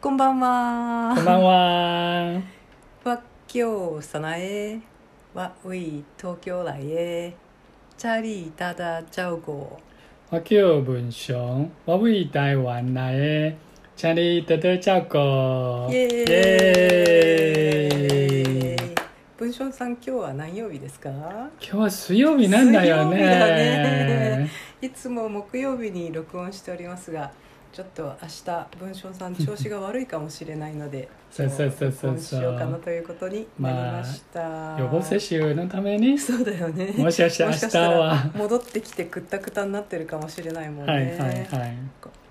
こんばんは。こんばんは。わっきょうさなえ。わっうい東京来え。チャリただちゃうご。我叫文雄，我为台湾来的，请你多多照顾。イエーイ。文章さん今日は何曜日ですか今日は水曜日なんだよ水曜日だねね。いつも木曜日に録音しておりますがちょっと明日文章さん調子が悪いかもしれないのでそうそうそうそう録音しようかなということになりました、予防接種のため に、そうだよねもしかして明もしかし日たらは。戻ってきてくったくたになってるかもしれないもんね、はいはいはい。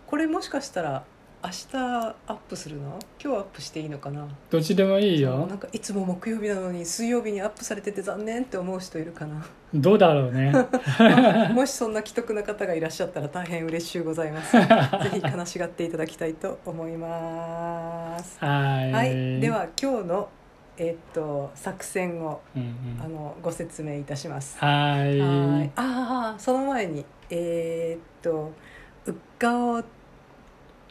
これもしかしたら明日アップするの今日アップしていいのかなどっちでもいいよなん。かいつも木曜日なのに水曜日にアップされてて残念って思う人いるか などうだろうね。もしそんな既得な方がいらっしゃったら大変嬉しゅうござい ますぜひ悲しがっていただきたいと思いますはい。はい、で。は今日のえっと作戦をうんうあん、のご説明いたしますはい。はい。ああ、その前に、えー、っと、うっかお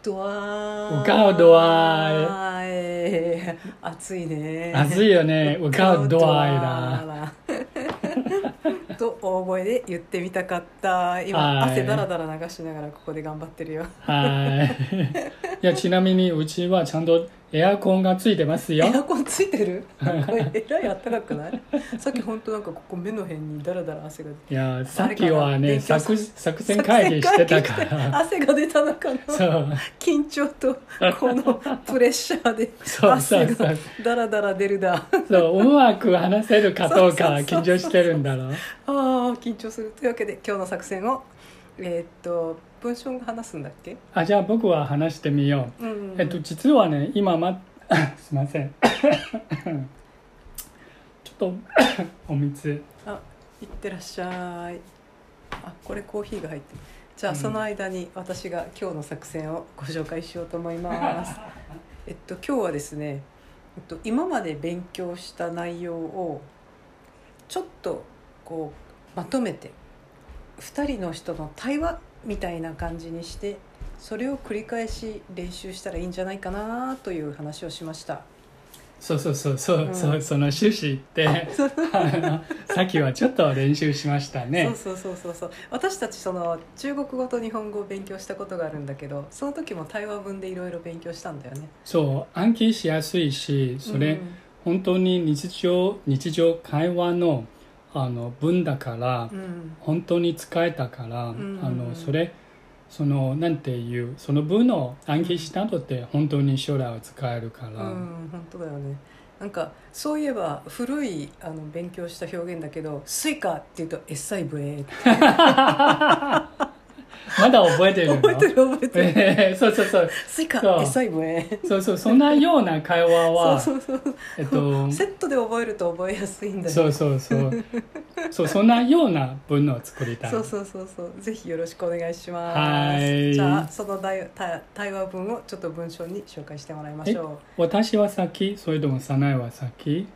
ドワー。うっかおドアアー。暑いね。暑いよね。うかうドアイだ。だ。 と大声で言ってみたかった。今、はい汗だらだら流しながらここで頑張ってるよ。はい。 いや、ちなみにうちはちゃんとエアコンがついてますエよ。アコンついて るなんかえらい暖かくないさっき本当なんかここ目の辺にだらだら汗が出て。いや、さっきはね、勉強作作戦会議してたか作戦会議してら。汗が出たのかなそう、緊張 とこのプレッシャーでそうそ汗うそがう。ダラダラ出るだ あそう、うまく話せるかどうかそうそうそう緊張してるんだろう。あ緊張するというわけで今日の作戦をえーっと文章が話すんだっけ、あ、じゃあ僕は話してみようんうんうんう。えっと、実はね、今ま、 すいません。 ちょっと、 お水。あいってらっしゃいあこれコーヒーが入ってるじゃあうんその間に私が今日の作戦をご紹介しようと思い ます、えっと今日はですね、えっと、今まで勉強した内容をちょっとこうまとめて2人の人の対話みたいな感じにしてそれを繰り返し練習したらいいんじゃないかなという話をしましたそうそうそうそうう、んそうその趣旨って、 あのさっきはちょっと練習しましたね。そうそうそうそうそう私たちその中国語と日本語を勉強したことがあるんだけどその時も対話文でいろいろ勉強したんだよねそう、暗記しやすいし、それ、本当に日常日常会話のあの文だからうん、うん本当に使えたから、んあのそれそのなんていうその文を暗記したのって本当に将来は使えるかうんら、本当だよねなんかそういえば古いあの勉強した表現だけど「スイカ」っていうと「エッサイブエーってまだ覚えてるの覚えてる覚えてるえー そうそうそう「スイカ」そ「うエッサイブエーそうそうそんなような会話そうはそうそうえっとセットで覚えると覚えやすいんだよそうそ うそうそうそんなような文を作りたいそうそうそうそうぜひよろしくお願いしますはいじゃあその対対対話文をちょっと文章に紹介してもらいましょう私は先それとも早苗は先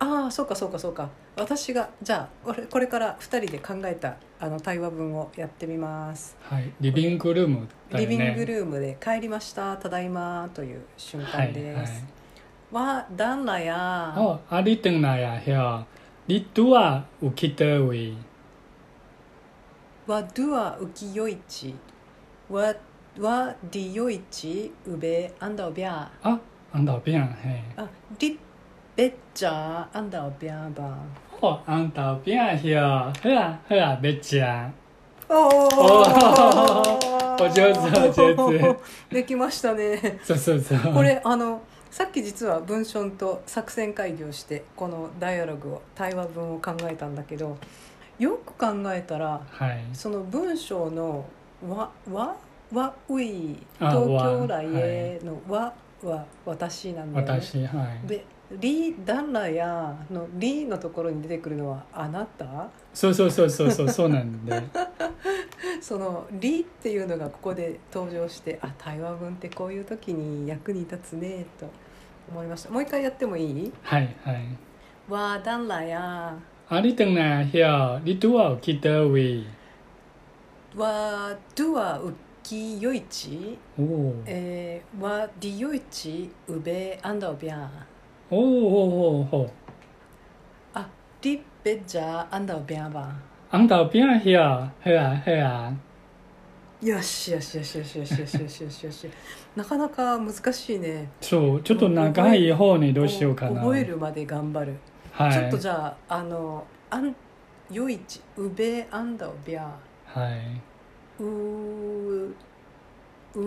ああそうかそうかそうか私がじゃあ俺これから2人で考えたあの対話文をやってみます、はいリビングルームだリよねビングルームで「帰りましたただいま」という瞬間です「わだんらやはいはい、あありてんなやへやりとはうきてういわどわうきよいちわわりよいちうべあんだおびゃああんだびんへありべっちゃあんだおびゃばおあんだびんへやへやへやべっちゃんおお上手お上 できましたねそうそうそうこれあのさっき実は文章と作戦会議をしてこのダイアログを対話文を考えたんだけどよく考えたらはいその文章の「わ」わ「わ」「うい」「あ東京来へ」の「わ」は私なんだよね。私はいで「り」「だんらや」の「り」のところに出てくるのは「あなた」そうそうそうそうそうそうなんでその「り」っていうのがここで登場してあ対話文ってこういう時に役に立つねと思いましたもう一回やってもいいはいはいわだんらやありてんなやへやりとはうきてういわどはうきよいち、おおーえー、はりよいちうべあんだおびゃんおーおーおーおーありべじゃあんだおびゃんばんあんたは病気やへやへやよしよしよしよしよしよしよしよしよしなかなか難しいねそうちょっと長い方にどうしようかな覚えるまで頑張る、はいちょっとじゃああのあんよいちうべあんだおびゃんはうーう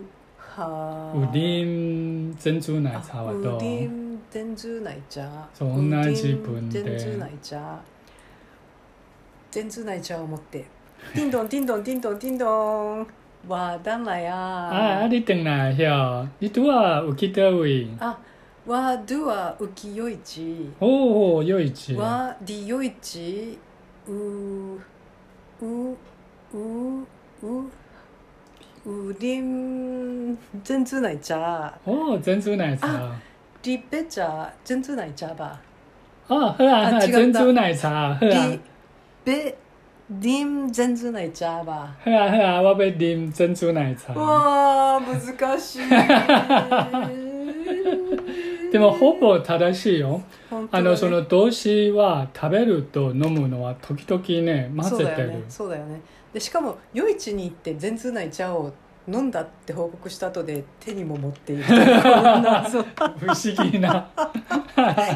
ーはいうりん珍珠奶茶はどウうディン珍珠奶茶そうウディン同じ分で珍珠奶茶珍珠奶茶を持ってティンドンティンドンティンドンティンドンわだんらああやりてんなへやいとは浮きたういあわどはうきよいちおおよいちわりよいちうううううりん珍珠奶茶おお珍珠奶茶あリベジャー珍珠奶茶吧あ喝啊喝あ啊違った珍珠奶茶喝リ啊ベディン珍珠奶茶吧喝啊喝啊我被啉珍珠奶茶わー難しいでもほぼ正しいよ本当あだねのその動詞は食べると飲むのは時々ね混そうぜだてよる、ねそうだよねでしかも夜市に行って全通内茶を飲んだって報告した後で手にも持ってい るこんなそう不思 議な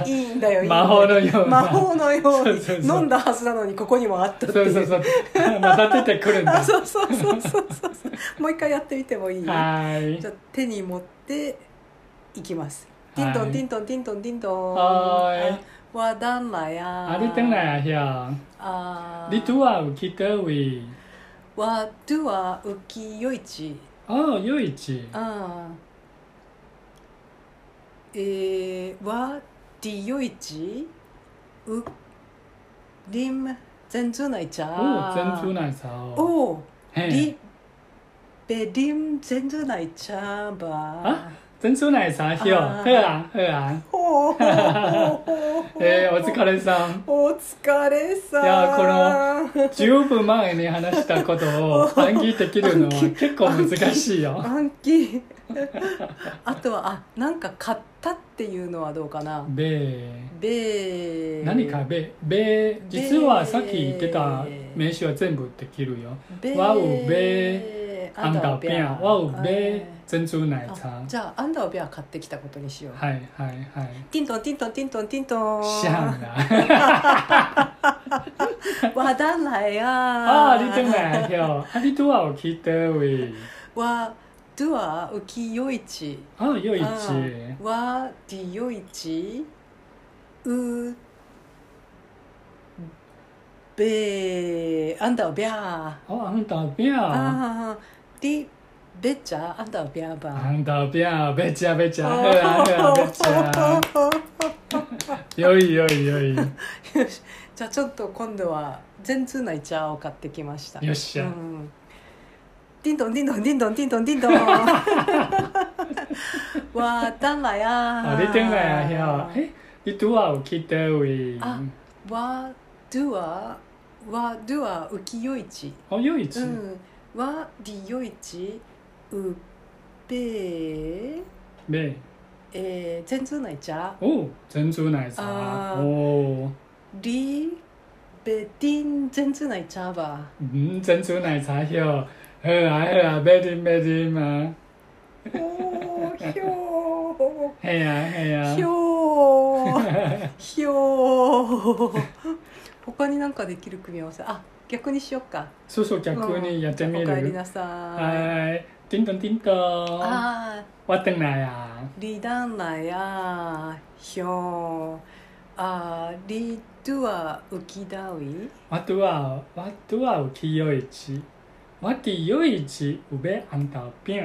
いいんだよいいんだよ魔法のような魔法のようにそうそうそう飲んだはずなのにここにもあったってそいううそう そうまた出てくるんだあそうそうそうそうそう もう一回やってみてもいいはいじゃあ手に持っていきます。テはィントいンティントンティントンティントン。はあ。わだんらや。ありてんなやあー。リトは浮きたういわどはうきよいち。おおよいちあー。えー、わりよいち。う。りん。珍珠奶茶。おお珍珠奶茶おおー。へり。べりん珍珠奶茶ばあ。珍珠奶茶よあー喝啊喝啊ほうほうほうほうえー、お疲れさんお疲れさんいや10分前に話したことを暗記できるのは結構難しいよ暗記 あとはあなんか買ったっていうのはどうかなでべ何かべべ実はさっき言ってた名詞は全部できるよべわうべあんたペアわうべ珍珠奶あ茶じゃあアンダーベア買ってきたことにしよう、はいはいはいティントンティントンティントンティントンシャンだわだんらやあーリトナイよあリトはを聞いてういわドゥアウキヨイチあーよいちああわりよいちうべあんだおびゃああんたペアありべちゃあんだおびゃばあんたペアべちゃべちゃへらへらべちゃよいよいよいよしじゃあちょっと今度は全通な茶を買ってきましたよっしゃうんディンドンディンドンディンドンディンドンディンド ンわーたんらやあリトナイよえリトはを聞いてういあわどわわどわ浮世市あよいちうんわりよいちうべべえー、珍珠奶茶お珍珠奶あ茶ーおりべりん珍珠奶茶吧うん珍珠奶茶よへらへらべりんべりんまおーひょへやーへやひょーひょー他になんかできる組み合わせあ逆にしよっかそうそう逆にやってみおかえりるなさいはいティントンティントンあー我等来呀！リダンラやヒョンあリドゥアウキダウイ我都要，我都要去游一次。我去游一次有买红豆饼。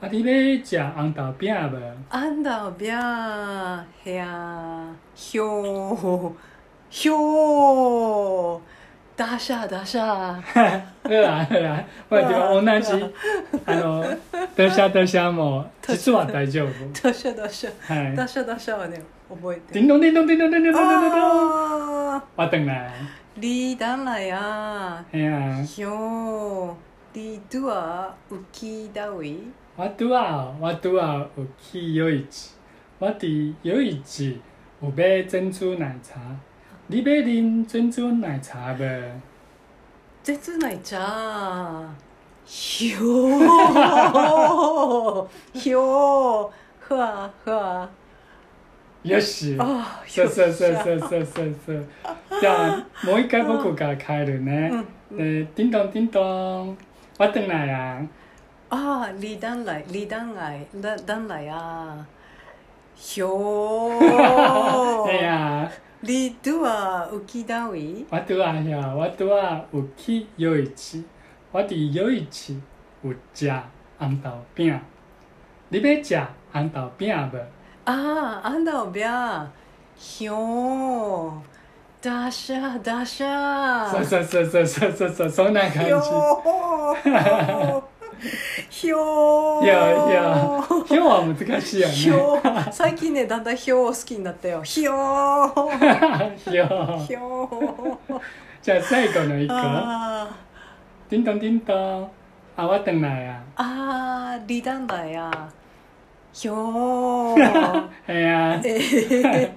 啊，你要食红豆饼无？アンダオビャーヘアヒョーヒョーダシャダシャ好啦好啦，我就同じあの得下得下も実は大丈夫。ダシャダシャはい。ダシャダシャはね覚えてる叮咚叮咚叮咚叮咚叮咚叮咚。あ我等来。ーリダンラや哎呀，ヒョーリドゥアウキダウイワトゥアワトゥアウキヨイチワティヨイチウベ珍珠奶茶リベリン珍珠奶茶ベ絶ないちゃんひよーひよーふわふわよしあーそうそうそうよっしそうそうそうそうじゃあもう一回僕が帰るゃねうんでティントンティントンワトゥナヤンああ、リダンライ、リダンライ、ダダンライあーひょいー。やリドゥアウキダウイ。ワトゥアやワトゥアウキヨイチワティヨイチウジャアンタオピンリベジャアンタオピンベああ、アンダオビャー。ひょー。ダシャダシャそうそうそうそうそうそうそうそんな感ひじ。ょー。ひょー。いやいや今日は難しいよね。ひょー。最近ね、だんだんひょーを好きになったよ。ひょー。ひょひょー。じゃあ最後の一個。ああ。ティントンティントン。あわてないや。あー、リダンダ や。ひょー。いや。えー、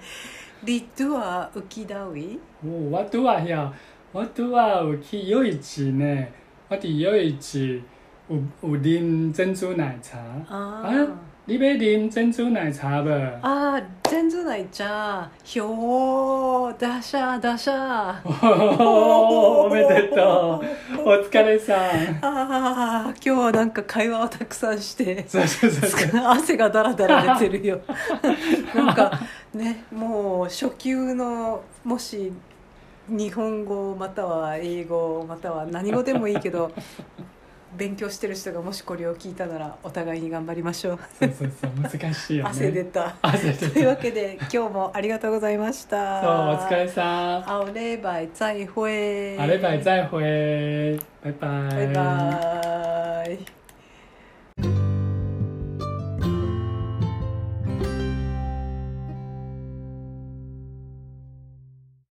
リドゥアウキダウイ。おわとはや。わとはうきよいちね。わてよいち。ううりん珍珠奶茶。ああー。你别啉珍珠奶茶吧。あー、全然ないじゃん。ひょー、ダシャダシャ。おめでとう。お疲れさん。あー、今日はなんか会話をたくさんして。そうそうそうそう。 汗がだらだら出て るよなんかねもう初級のもし日本語または英語または何語でもいいけ ど勉強してる人がもしこれを聞いたならお互いに頑張りましょうそうそうそう難しいよね。汗出た汗と出いうた。わけで今日もありがとうございましたそうお疲れさん。あおればい再会好嘞，拜再会，拜拜，バイバイ